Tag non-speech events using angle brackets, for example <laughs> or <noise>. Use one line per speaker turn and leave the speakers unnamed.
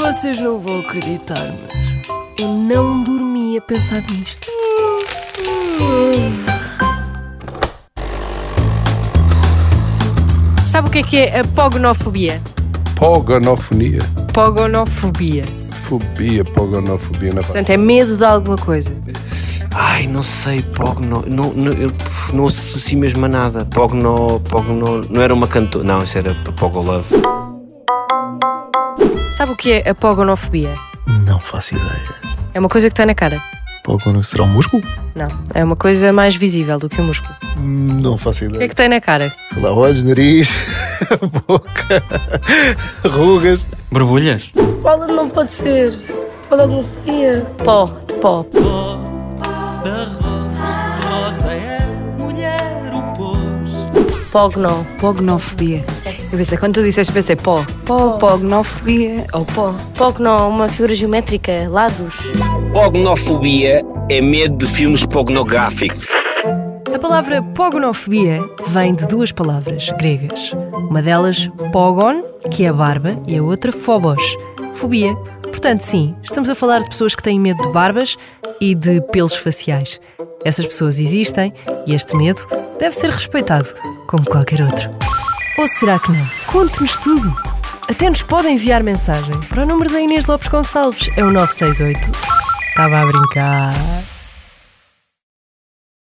Vocês não vão acreditar, mas eu não dormi a pensar nisto.
Sabe o que é que é a pogonofobia?
Pogonofonia.
Pogonofobia.
Fobia, pogonofobia. Não.
Portanto, é medo de alguma coisa.
Ai, não sei, Pogno. Não, não, eu pff, não associo mesmo a nada. Pogno, Pogno. Não era uma cantora. Não, isso era Pogolove.
Sabe o que é a pogonofobia?
Não faço ideia.
É uma coisa que está na cara.
Pogono será um músculo?
Não, é uma coisa mais visível do que o músculo. O
Não faço
que é
ideia.
que tem na cara?
Sei lá, olhos, nariz, <laughs> boca, <laughs> rugas.
Borbulhas?
Bola não pode ser. Bola não fia. Pó, de pó.
Da rosa, rosa é mulher o pôs.
Pognol.
Pognofobia. Eu pensei, quando tu disseste, pensei pó. Pó, pognofobia ou pó.
Pognol, é uma figura geométrica. Lados.
Pognofobia é medo de filmes pognográficos.
A palavra pogonofobia vem de duas palavras gregas. Uma delas, pogon, que é a barba, e a outra, phobos, fobia. Portanto, sim, estamos a falar de pessoas que têm medo de barbas e de pelos faciais. Essas pessoas existem e este medo deve ser respeitado, como qualquer outro. Ou será que não? Conte-nos tudo! Até nos pode enviar mensagem para o número da Inês Lopes Gonçalves, é o 968. Estava a brincar.